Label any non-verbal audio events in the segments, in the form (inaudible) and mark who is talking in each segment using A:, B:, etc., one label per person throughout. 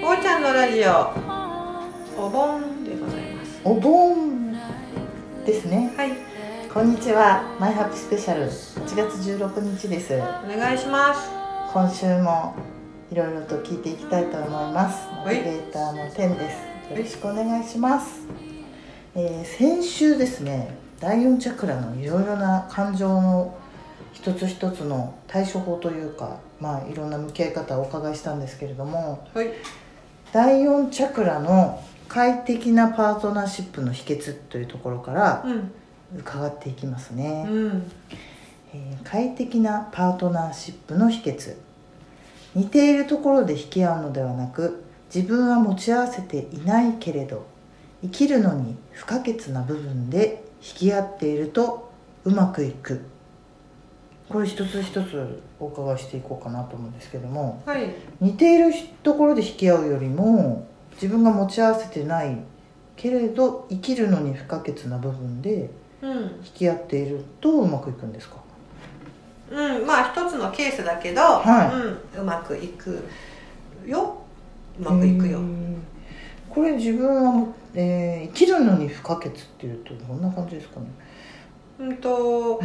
A: ラジオお盆でございます
B: お盆ですね
A: はい
B: こんにちはマイハッピスペシャル8月16日です
A: お願いします
B: 今週もいろいろと聞いていきたいと思いますナ
A: はい
B: ビゲーターのテンですよろしくお願いします、えー先週ですね第4チャクラのいろいろな感情の一つ一つの対処法というかまあいろんな向き合い方をお伺いしたんですけれども
A: はい
B: 第4チャクラの快適なパートナーシップの秘訣というところから
A: うん
B: 伺っていきます
A: う
B: ね、
A: ん
B: えー快適なパートナーシップの秘訣似ているところで引き合うのではなく自分は持ち合わせていないけれど生きるのに不可欠な部分で引き合っているとうまくいくこれ一つ一つお伺いしていこうかなと思うんですけども
A: はい
B: 似ているところで引き合うよりも自分が持ち合わせてないけれど生きるのに不可欠な部分で
A: うん
B: 引き合っているとうまくいくんですか
A: うんまあ一つのケースだけど、
B: は
A: うん、うまくいくようまくいくよ
B: へーこれ自分はも、えー生きるのに不可欠っていうとどんな感じですかね、
A: うんと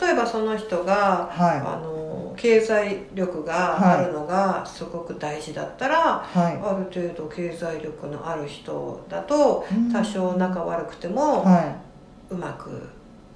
A: 例えばその人が
B: は
A: あの経済力があるのがすごく大事だったら、
B: いは
A: ある程度経済力のある人だと
B: いうん
A: 多少仲悪くても
B: は
A: うまく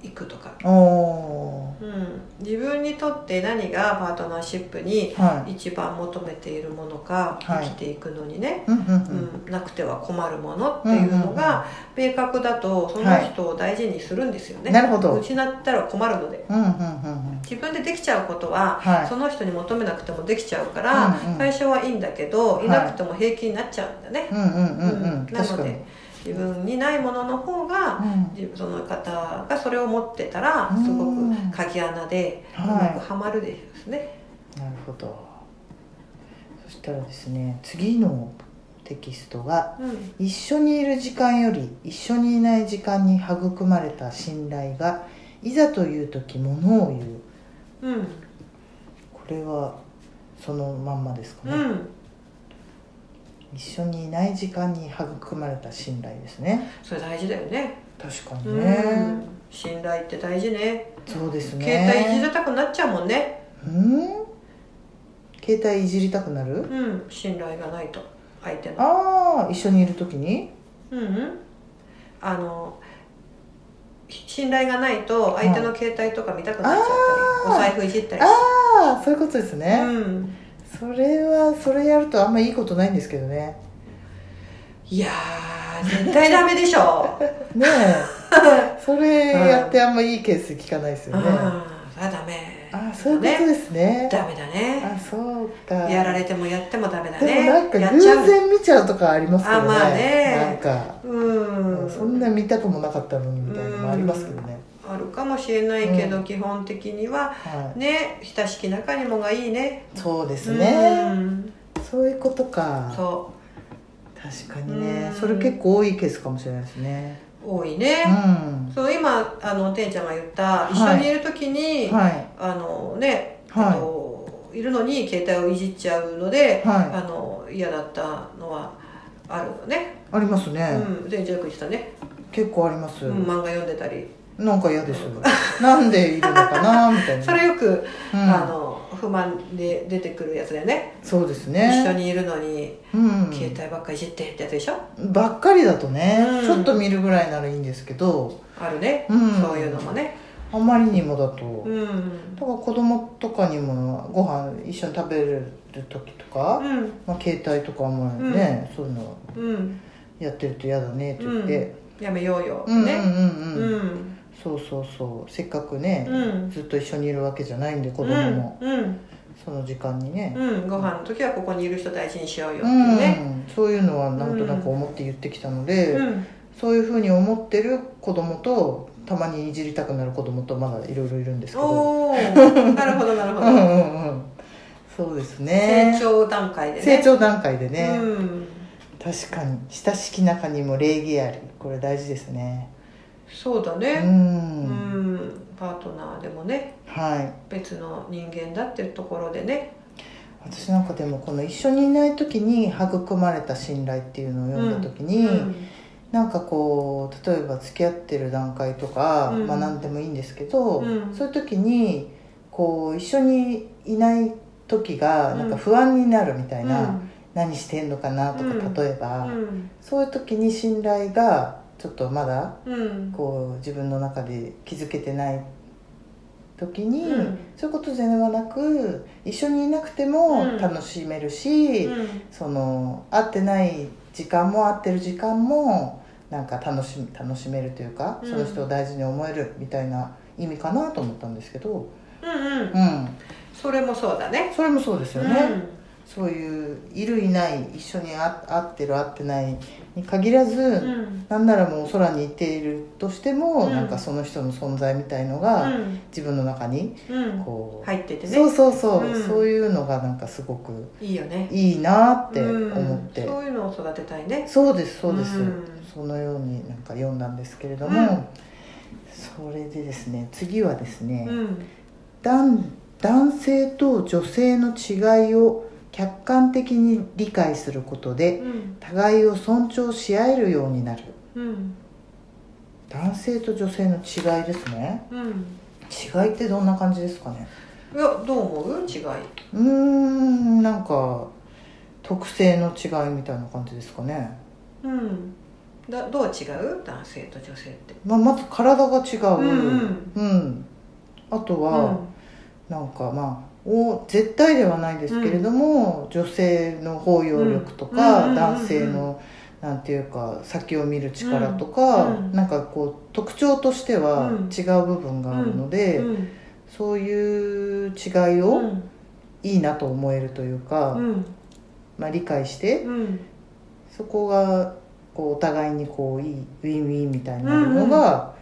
A: いくとか、
B: いお
A: うん、自分にとって何がパートナーシップに
B: ーはい
A: 一番求めているものか
B: は
A: 生
B: い
A: きていくのにね、
B: うんうん
A: う
B: うん
A: んなくては困るものっていうのが明確だとその人を大事にするんですよね、
B: なるほど
A: 失ったら困るので
B: うんうんうんうん
A: 自分でできちゃうことは
B: はい
A: その人に求めなくてもできちゃうから、
B: うんうん
A: 最初はいいんだけど
B: はい
A: いなくても平気になっちゃうんだね、
B: うんうんうんうん
A: な
B: 確
A: の
B: かに
A: で自分にないものの方が
B: うん
A: 自分その方がそれを持ってたら
B: うん
A: すごく鍵穴でう
B: はい
A: まくはまるですね。
B: なるほどそしたらですね次のテキストが
A: うん
B: 「一緒にいる時間より一緒にいない時間に育まれた信頼がいざという時ものを言う
A: うん」
B: これはそのまんまですか
A: う
B: ね、
A: ん、
B: 一緒にいない時間に育まれた信頼ですね
A: それ大事だよね。
B: 確かにね、
A: うん、信頼って大事ね。
B: そうですね
A: 携帯いじりたくなっちゃうもんね。
B: うん携帯いじりたくなる
A: うん、信頼がないと相手の。
B: ああ一緒にいる時に
A: うんうん、あの信頼がないと相手の携帯とか見たくなっちゃったり、
B: はいあー
A: お財布いじったりし
B: ああそういうことですね、
A: て。うん
B: それはそれやるとあんまいいことないんですけどね
A: いやー絶対ダメでしょ、
B: (laughs)
A: (laughs)
B: ねえそれやってあんまいいケース聞かないです
A: うん、
B: よ
A: そ
B: ね
A: れはダメ
B: あそういうことですね
A: ダメだね
B: あそうか
A: やられてもやってもダメだ
B: でも
A: ね
B: なんか
A: や
B: 偶
A: っちゃう
B: 然見ちゃうとかありますよね
A: あまあね
B: なんか、
A: うん
B: そんな見たくもなかったのにみたいなのもありますけどね、
A: あるかもしれないけど、
B: う
A: 基本的には
B: は
A: ね親しき仲にもがいいね
B: い、そうです
A: う
B: ね、
A: ん
B: そういうことか
A: そ
B: 確かにね、
A: うん
B: それ結構多いケースかもしれないですね
A: う多いうね、
B: ん
A: そう今あのてんちゃんが言った、
B: はい
A: 一緒にいる時に、
B: はい
A: あのね、
B: はい
A: えっといるのに携帯をいじっちゃうので、
B: は
A: あの嫌だったのはあるのね
B: いありますね、
A: うん、全然よく言ってたね、
B: 結構あります、
A: うん、漫画読んでたり
B: なんか嫌ですよなんでいるのかなみ
A: (laughs)
B: たいな
A: それよく、
B: うん
A: あの不満で出てくるやつだよね
B: そうです
A: 一緒
B: ね、
A: にいるのに
B: うん、
A: 携帯ばっかいじってってやつでしょ、
B: ばっかりだとね、
A: うん
B: ちょっと見るぐらいならいいんですけど、
A: あるね、
B: うん、
A: そういうのもね
B: あまりにもだと、
A: う
B: だ
A: ん、
B: から子供とかにもご飯一緒に食べれる時とか、
A: うん
B: まあ、携帯とかあんまりね、そういうの
A: うん、
B: やってると嫌だねって言って、
A: やめようよ、
B: うん、うん
A: ね
B: うん
A: う
B: うん、
A: ん
B: そうそうそうせっかくね、
A: うん
B: ずっと一緒にいるわけじゃないんで子
A: う
B: 供も、
A: んうん
B: その時間にね、
A: うんご飯の時はここにいる人大事にしようよって
B: う
A: いうんね、
B: そういうのはなんとなく思って言ってきたので、
A: うん
B: そういうふうに思ってる子供とたまにいじりたくなる子供とまだいろいろいるんですけど、
A: おおーなるほどなるほ
B: うんう
A: ど
B: んうん、そうですね
A: 成長段階でね
B: 成長段階でね、
A: うん
B: 確かに親しき中にも礼儀ありこれ大事ですね
A: そうだ
B: う、
A: ねうんんパートナーでもね
B: はい
A: 別の人間だっていうところでね
B: 私なんかでもこの一緒にいない時に育まれた信頼っていうのを読んだ時に、
A: うん
B: なんかこう例えば付き合ってる段階とか、
A: うん
B: まあ何でもいいんですけど、
A: うん
B: そういう時にこう一緒にいない時が
A: うん
B: なんか不安になるみたいな、
A: うん
B: 何してんのかなとか、
A: うん
B: 例えば、
A: うん
B: そういう時に信頼がちょっとまだ
A: うん
B: こう自分の中で築けてない時に、
A: うん
B: そういうことではなく一緒にいなくても
A: うん
B: 楽しめるし、
A: うん
B: その会ってない時間も会ってる時間もなんか楽しみ楽しめるというか、
A: うん
B: その人を大事に思えるみたいな意味かなと思ったんですけど、
A: うんうん
B: うん、
A: それもそうだね
B: それもそうですよね、そういういるいない一緒にあ会ってる会ってないに限らず、
A: うんうん
B: なんならもう空にいているとしても、
A: うん
B: なんかその人の存在みたいの
A: う
B: が、
A: ん
B: 自分の中に
A: うん
B: こう、
A: 入っててね
B: そうそうそう、
A: うん
B: そういうのがなんかすごく
A: いいよね
B: いいなって
A: うん
B: 思って、
A: そういうのを育てたいね
B: そうですそうです、
A: うん
B: そのようになんか読んだんですけれども、
A: うん
B: それでですね次はですね、
A: うん
B: 男男性と女性の違いを客観的に理解すること
A: う
B: で
A: ん
B: 互いを尊重し合えるようになる
A: うん
B: 男性と女性の違いですね
A: うん
B: 違いってどんな感じですかね
A: いやどう思う違いう
B: ーんなんか特性の違いみたいな感じですかね、
A: うんだどう違う男性と女性って
B: まあ、まず体が違う
A: うん
B: うんあと
A: う
B: は、
A: ん
B: なんかまあお絶対ではないですけれども、女性の包容力とか、
A: うんうんうんうん
B: 男性のなんていうか先を見る力とか、
A: うんうん
B: なんかこう特徴としては
A: うん
B: 違う部分があるので、
A: うん
B: そういう違い
A: うん
B: をいいなと思えるというか、
A: うん
B: まあ、理解して
A: うん
B: そこがこうお互いにこういいウィンウィンみたいになるのが、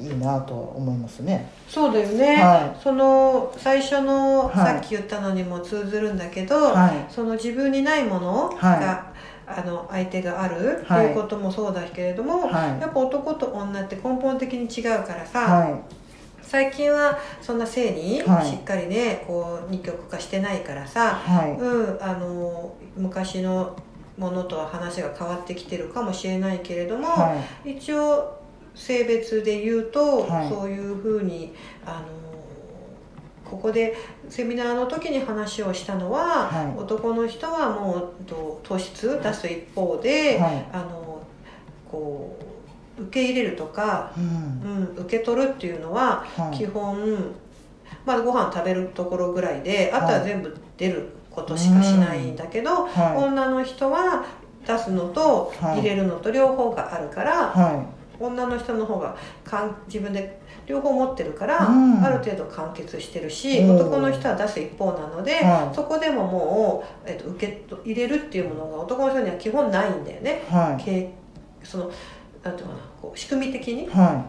B: いいなとは思いますね。
A: そうだよね、
B: は
A: その最初の
B: はい
A: さっき言ったのにも通ずるんだけど、
B: はい
A: その自分にないものが、
B: は
A: あの相手があるって
B: はい
A: いうこともそうだけれども、や
B: は
A: っぱ男と女って根本的に違うからさ、
B: いは
A: 最近はそんな性にし
B: はい
A: っかりね、こう二極化してないからさ、
B: いはい
A: うん、あの昔のものとは話が変わってきてるかもしれないけれども、
B: はい
A: 一応性別で言うと、
B: はい
A: そういうふうにあのここでセミナーの時に話をしたのは、
B: はい
A: 男の人はもうと糖質出す一方で、
B: はい
A: あのこう受け入れるとか、
B: うん
A: うん、受け取るっていうのは
B: はい
A: 基本、まあ、ご飯食べるところぐらいであとは全部出ることしかしないんだけど、
B: は
A: 女の人は出すのと
B: はい
A: 入れるのと両方があるから、
B: いは
A: 女の人の方がかん自分で両方持ってるから、
B: うん
A: ある程度完結してるし、
B: うん
A: 男の人は出す一方なので、
B: はい
A: そこでももう、えっと、受け入れるっていうものが男の人には基本ないんだよね。
B: いは
A: けそのなんていうのかなこう仕組み的に
B: いは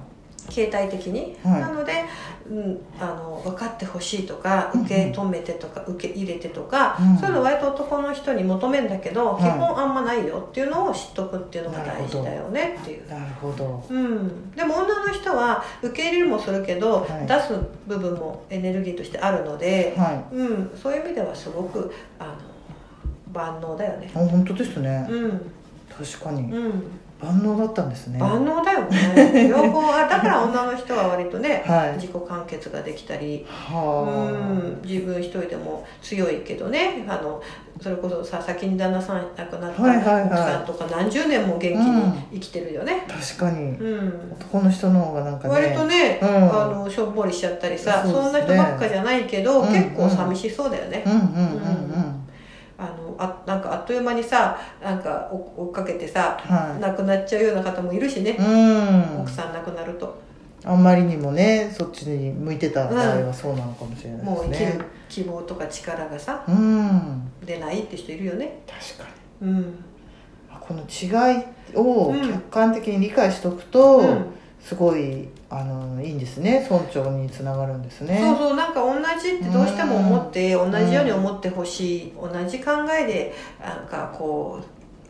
A: 形態的に、
B: はい
A: なので、うん、あの分かってほしいとか
B: うんうん
A: 受け止めてとか、受け入れてとか、
B: うん
A: そういうの割と男の人に求めるんだけど、
B: はい
A: 基本あんまないよっていうのを知っとくっていうのが大事だよねっていう
B: い。なるほど
A: うん、でも女の人は受け入れるもするけど、
B: はい
A: 出す部分もエネルギーとしてあるので、
B: はい
A: うん、そういう意味ではすごくあの万能だよね
B: あ。本当ですね
A: うん
B: 確かに
A: うん、
B: 万能だったんですね
A: 万能だよね両方あだから女の人は割と
B: (laughs)
A: ね、
B: はい
A: 自己完結ができたり、う
B: は
A: ん、自分一人でも強いけどねあのそれこそさ先に旦那さん亡くなった
B: はい
A: 奥
B: はいはい
A: さんとか何十年も元気に生きてるよね。
B: あ確かに
A: うん
B: 男の人の方がなんかね
A: 割とね、
B: うん
A: あのしょんぼりしちゃったりさそ,、
B: そうですね
A: んな人ばっかじゃないけど、
B: うん
A: 結構寂しそうだよね、
B: うんうんうんうん
A: あのあなんかあっという間にさなんか追追っかけてさ
B: は
A: 亡くなっちゃうような方もいるし
B: い
A: ね、
B: うん
A: 奥さん亡くなると
B: あんまりにもねそっちに向いてた場合はそうなのかもしれない
A: もう生き
B: です
A: る
B: ね
A: 希望とか力がさ
B: うん
A: 出ないって人いるよね
B: 確かに
A: うん、
B: あこの違いを
A: うん
B: 客観的に理解しておくと、
A: うん
B: すごいあのいいんですね尊重につながるんですね
A: そうそうなんか同じってどうしても思って同じように思ってほしい同じ考えでなんかこ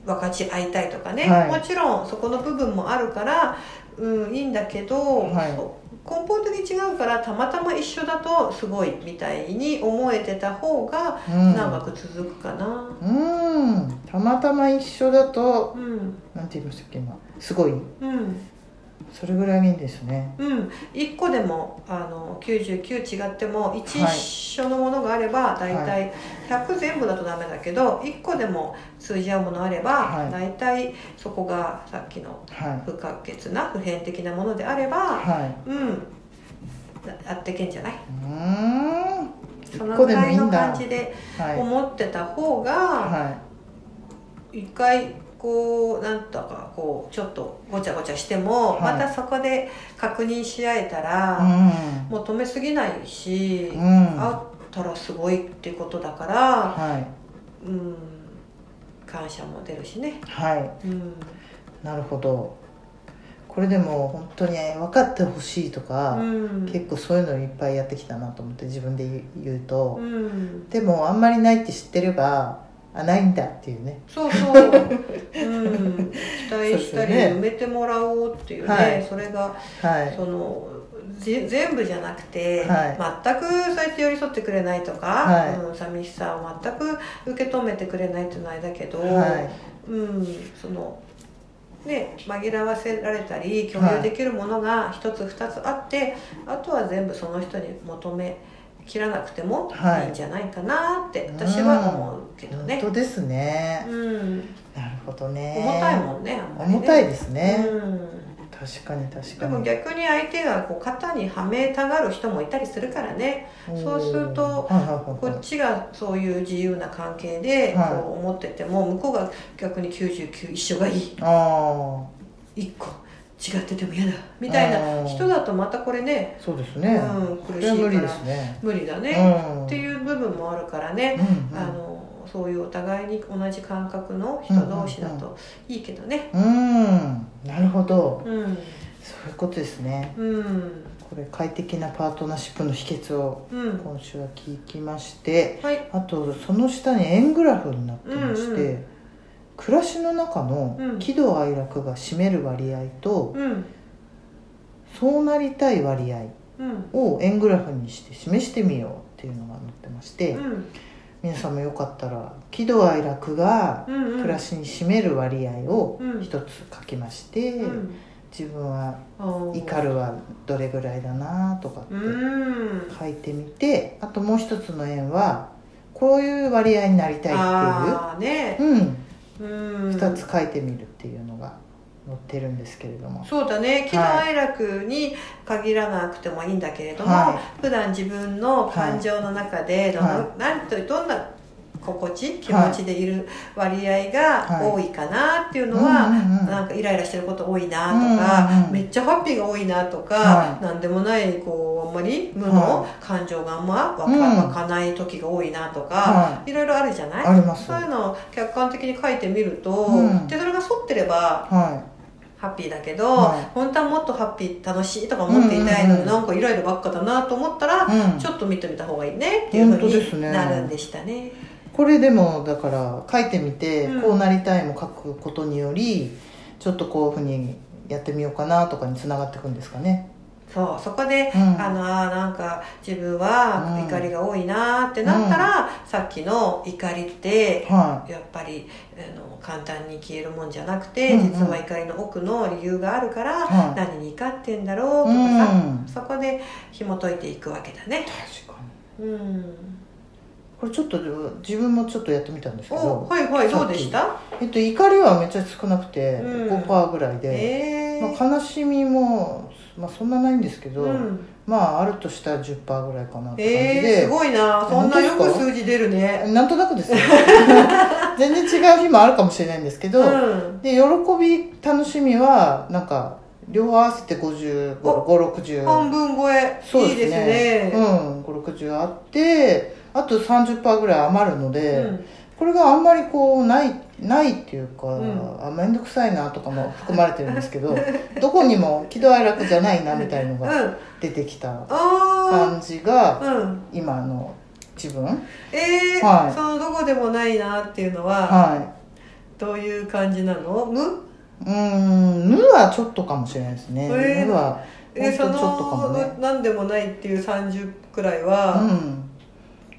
A: う分かち合いたいとかね、
B: はい
A: もちろんそこの部分もあるから、うん、いいんだけど、
B: はい
A: そ根本的に違うからたまたま一緒だとすごいみたいに思えてた方が
B: うん
A: 長く続くかな。
B: うんたまたま一緒だと
A: うん、
B: なんて言いましたっけ今すごい
A: うん
B: それぐらいにですね
A: うん、1個でもあの99違っても
B: はい
A: 1一緒のものがあれば大体100全部だとダメだけど1個でも通じ合うものあれ
B: は
A: ば
B: い
A: 大体そこがさっきの
B: はい
A: 不可欠な普遍的なものであれば
B: はい
A: うんやってけんじゃないう
B: ーん
A: そのぐらいの感
B: は
A: じで
B: い
A: 思ってた方が
B: は
A: 一回こうなんとかこうちょっとごちゃごちゃしても
B: はい
A: またそこで確認し合えたら。
B: い
A: 求めすぎないし、
B: うんうん
A: 会ったらすごいってことだから、
B: は
A: うん、感謝も出るしね、
B: いはい
A: うん、
B: なるほどこれでも本当に分かってほしいと
A: う
B: か、
A: ん
B: 結構そういうのいっぱいやってきたなと思って自分で言うと
A: う、ん、
B: でもあんまりないって知ってればあないんだっていうね
A: そうそう、
B: (laughs)
A: うん、期待したり
B: そうですよね
A: 埋めてもらおうっていうね
B: はい
A: それが
B: はい
A: そのぜ全部じゃなくて、
B: は
A: 全くそうやって寄り添ってくれないとか、
B: はい
A: うん、寂しさを全く受け止めてくれないっていうのはあれだけど。
B: は
A: うん、そのね紛らわせられたり共有できるものが一つ二つあって、あとは全部その人に求め切らなくても
B: はい
A: いいんじゃないかなって私は思うけ
B: い
A: ど
B: 本
A: ね。
B: 当ですね
A: う、ん、
B: なるほどね
A: 重たいもんね、あんまりね
B: 重たいですね、
A: うん
B: 確かに確
A: で
B: か
A: も
B: に
A: 逆に相手がこう肩にはめたがる人もいたりするからねそうすると
B: おーはいはい
A: こ
B: はいは
A: っちがそういう自由な関係で
B: はい
A: こう思ってても向こうが逆に99一緒がいい
B: いあ
A: 一個違ってても嫌だみたいな人だとまたこれね、
B: あそうです
A: う
B: ね、
A: ん、
B: こ
A: 苦し
B: れはい無
A: か
B: 理で
A: ら
B: すね
A: 無理だ
B: う
A: ね、
B: ん
A: っていう部分もあるから
B: う
A: ね、
B: んうん
A: あのそういうお互いに同じ感覚の人同士だといいけどね
B: うんなるほど
A: うん
B: そういうことですね
A: うん
B: これ快適なパートナーシップの秘訣を
A: うん
B: 今週は聞きまして
A: はい
B: あとその下に円グラフになってまして、
A: うんう
B: 暮らしの中の
A: うん
B: 喜怒哀楽が占める割合と、
A: うん
B: そうなりたい割合
A: うん
B: を円グラフにして示してみようっていうのが載ってまして、
A: うん
B: 皆さんもよかったら喜怒哀楽が
A: うんうん
B: 暮らしに占める割合を
A: うん
B: 一つ書きまして、
A: うん
B: 自分は
A: あー
B: 怒るはどれぐらいだなとかって
A: うん
B: 書いてみてあともう一つの円はこういう割合になりたいっ
A: ああね
B: ていう、うん、
A: うん
B: 2つ書いてみるっていうのが載ってるんですけれども
A: そうだね喜怒哀楽に限らなくてもいいんだけれども、
B: は
A: 普段自分の感情の中でどの、
B: は
A: なんとどんな心地気持ちでいる割合が多いかなっていうのは、
B: うんうんうん
A: なんかイライラしてること多いなとか、
B: うんうんうん
A: めっちゃハッピーが多いなとか、
B: は
A: なんでもないこうあんまり無
B: は
A: の感情があんま湧か,、
B: うん
A: 湧かない時が多いなとか、
B: はい
A: ろいろあるじゃない
B: あります
A: そういうのを客観的に書いてみると、
B: うん
A: でそれが反ってれば
B: は
A: ハッピーだけど、
B: はい
A: 本当はもっとハッピー楽しいとか思っていたいのに、
B: うんうんう
A: な
B: ん
A: んかイライラばっかだなと思ったら、
B: い、うん、
A: ちょっと見てみた方がいいねっていうふ
B: 本当です
A: うに
B: ね
A: なるんでしたね。
B: これでもだから書いてみて、
A: うん
B: こうなりたいも書くことによりちょっとこういうふうにやってみようかなとかにつながっていくんですかね。
A: そうそこで、
B: うん
A: あのあーなんか自分
B: う
A: は
B: ん
A: 怒りが多いなーってなったら、さっきの怒りって
B: は
A: やっぱりあの簡単に消えるもんじゃなくて、
B: うんうん
A: 実は怒りの奥の理由があるから、
B: はい
A: 何に怒ってんだ
B: い、
A: ろう
B: う
A: とかさ、
B: ん、
A: そこで紐解いていくわけだね。
B: 確かに
A: うん、
B: これちょっと自分もちょっとやってみたんですけ
A: お
B: ど、
A: はいはい
B: さっ
A: ど
B: き
A: うでした
B: えっと、怒りはめっちゃ少なくて
A: うん
B: 5%ぐらいで、
A: え
B: まあ、悲しみも、まあ、そんなないんですけど、
A: うん、
B: まああるとしたら10%ぐらいかなって感じ
A: えー、
B: で、
A: すごいなそんなよく数字出るね
B: なんとなくです
A: (laughs)
B: よ全然違う日もあるかもしれないんですけど、
A: うん
B: で喜び楽しみはなんか両方合わせて
A: 半
B: 5560
A: 分超えいいですね
B: うん560あってあと30%ぐらい余るので、
A: うん
B: これがあんまりこうないないっていうか、
A: ん
B: あ面倒くさいなとかも (laughs) 含まれてるんですけどどこにも喜怒哀楽じゃないなみたいの
A: うん
B: が
A: あ
B: 出てきた
A: あ
B: 感じが
A: ーうん
B: 今の自分
A: えー
B: はい
A: そのどこでもないなっていうのは
B: は
A: どういう感じなの無
B: いうーん「無」はちょっとかもしれないですね「
A: えー
B: 無」はほん
A: で
B: と
A: そ
B: ちょっとかも
A: の
B: ね
A: 何でもないっていう30くらいは、
B: うん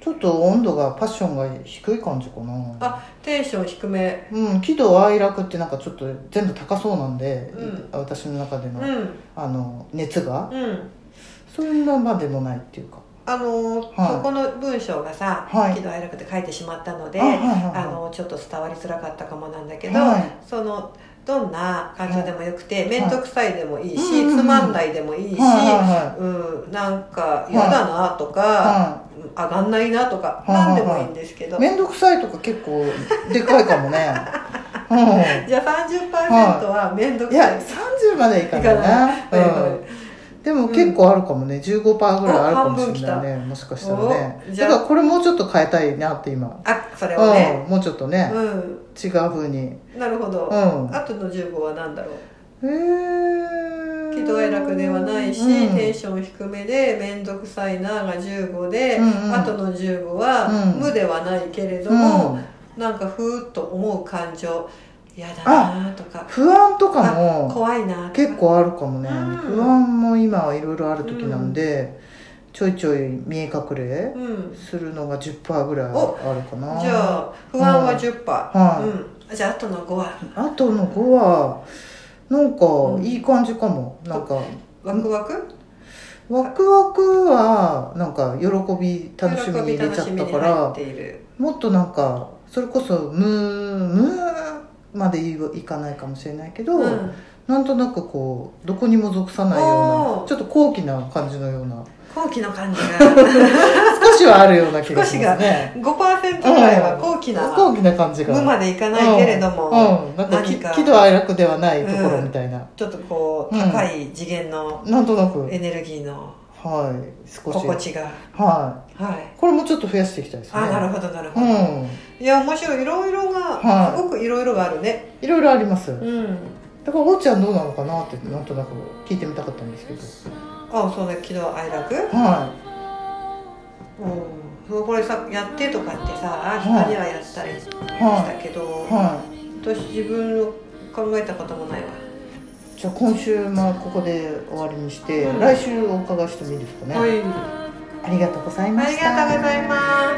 B: ちょっと温度がパッションが低い感じかな
A: あテンション低め
B: うん喜怒哀楽ってなんかちょっと全部高そうなんで、
A: うん
B: 私の中で
A: う
B: の、
A: ん
B: あの熱が
A: うん
B: そんなまでもないっていうか
A: あのー
B: はい
A: そこの文章がさ「
B: はい
A: 喜怒哀楽」って書いてしまったので、
B: あはいはいはい
A: あのーちょっと伝わりづらかったかもなんだけど、
B: はい
A: そのどんな感情でもよくて面倒くさいでもいいし、
B: うんうんうん
A: つまんないでもいいし、
B: はいは
A: うん、なんか嫌だなとか、
B: いは
A: うん上がんないなとか、
B: はいはい
A: 何
B: はい
A: でもいいんですけど、
B: い面倒くさいとか結構でかいかもねうん
A: じゃあ30%は面倒
B: い
A: くさい、
B: や30までいかな
A: いか
B: いな
A: はいはい
B: うんでも結構あるかもね、15%ぐらいあるかもしれ
A: お半
B: ないねもしかしたらね
A: おじゃ
B: だ
A: あ
B: からこれもうちょっと変えたいなって今、
A: あそれをね
B: うんもうちょっとね、
A: う
B: 違う風に
A: んなるほど、
B: うん
A: あとの15は何だろう
B: へえ
A: 喜怒哀楽ではないし、
B: うん
A: テンション低めで面倒くさいなが15で、
B: うんうん
A: あとの15は、
B: うん
A: 無ではないけれど
B: う
A: も、
B: ん
A: なんかふーっと思う感情嫌だなとか
B: 不安とか
A: あ
B: も
A: 怖いなとか
B: 結構あるかもね、
A: うん
B: 不安も今はいろいろある時なんで、ちょいちょい見え隠れ
A: うん、
B: するのが10%ぐらい
A: お
B: あるかな
A: じゃあ不安は10%、
B: はい
A: うん、じゃああとの5は
B: あとの5はなん
A: う
B: か
A: ん
B: いい感じかもなんか
A: ワクワク、
B: ワクワクはなんか喜び楽しみに入れち
A: 喜び楽
B: ゃった
A: しみに
B: か
A: 入っ
B: ら
A: ている
B: もっとなんかそれこそ「ムームー」まで言ういかないかもしれないけど、
A: うん、
B: なんとなくこうどこにも属さないよう
A: おー
B: なちょっと高貴な感じのような
A: 後期の感じが
B: 少しはあるような気がしますね
A: 5%ぐらいは後期な、
B: 高貴な感じが
A: 無までいかないけれども、
B: うん、うん、なんかき
A: 何か
B: 喜怒哀楽ではないところみたいな、
A: ちょっとこう
B: うん
A: 高い次元の
B: なんとなく
A: エネルギーの
B: はい少し
A: 心地が、
B: は
A: はい
B: いこれもちょっと増やしていきたいですね
A: あなるほどなるほ
B: う
A: ど、
B: ん
A: いや面白いいろいろが、
B: はい
A: すごくいろいろがあるね
B: いろいろあります
A: うん
B: だからおーちゃんどうなのかなってなんとなく聞いてみたかったんですけど
A: あそうだ喜怒哀楽
B: は
A: うんそうこれさやってとかってさ
B: い
A: 人にはやったりし
B: いは
A: たけど、
B: いは
A: 私自分の考えたこともないわ
B: いじゃあ今週はここで終わりにして、
A: うん
B: 来週お伺いしてもいいですかね、
A: はい
B: ありがとうございま
A: あ
B: し
A: り
B: た
A: がとうございます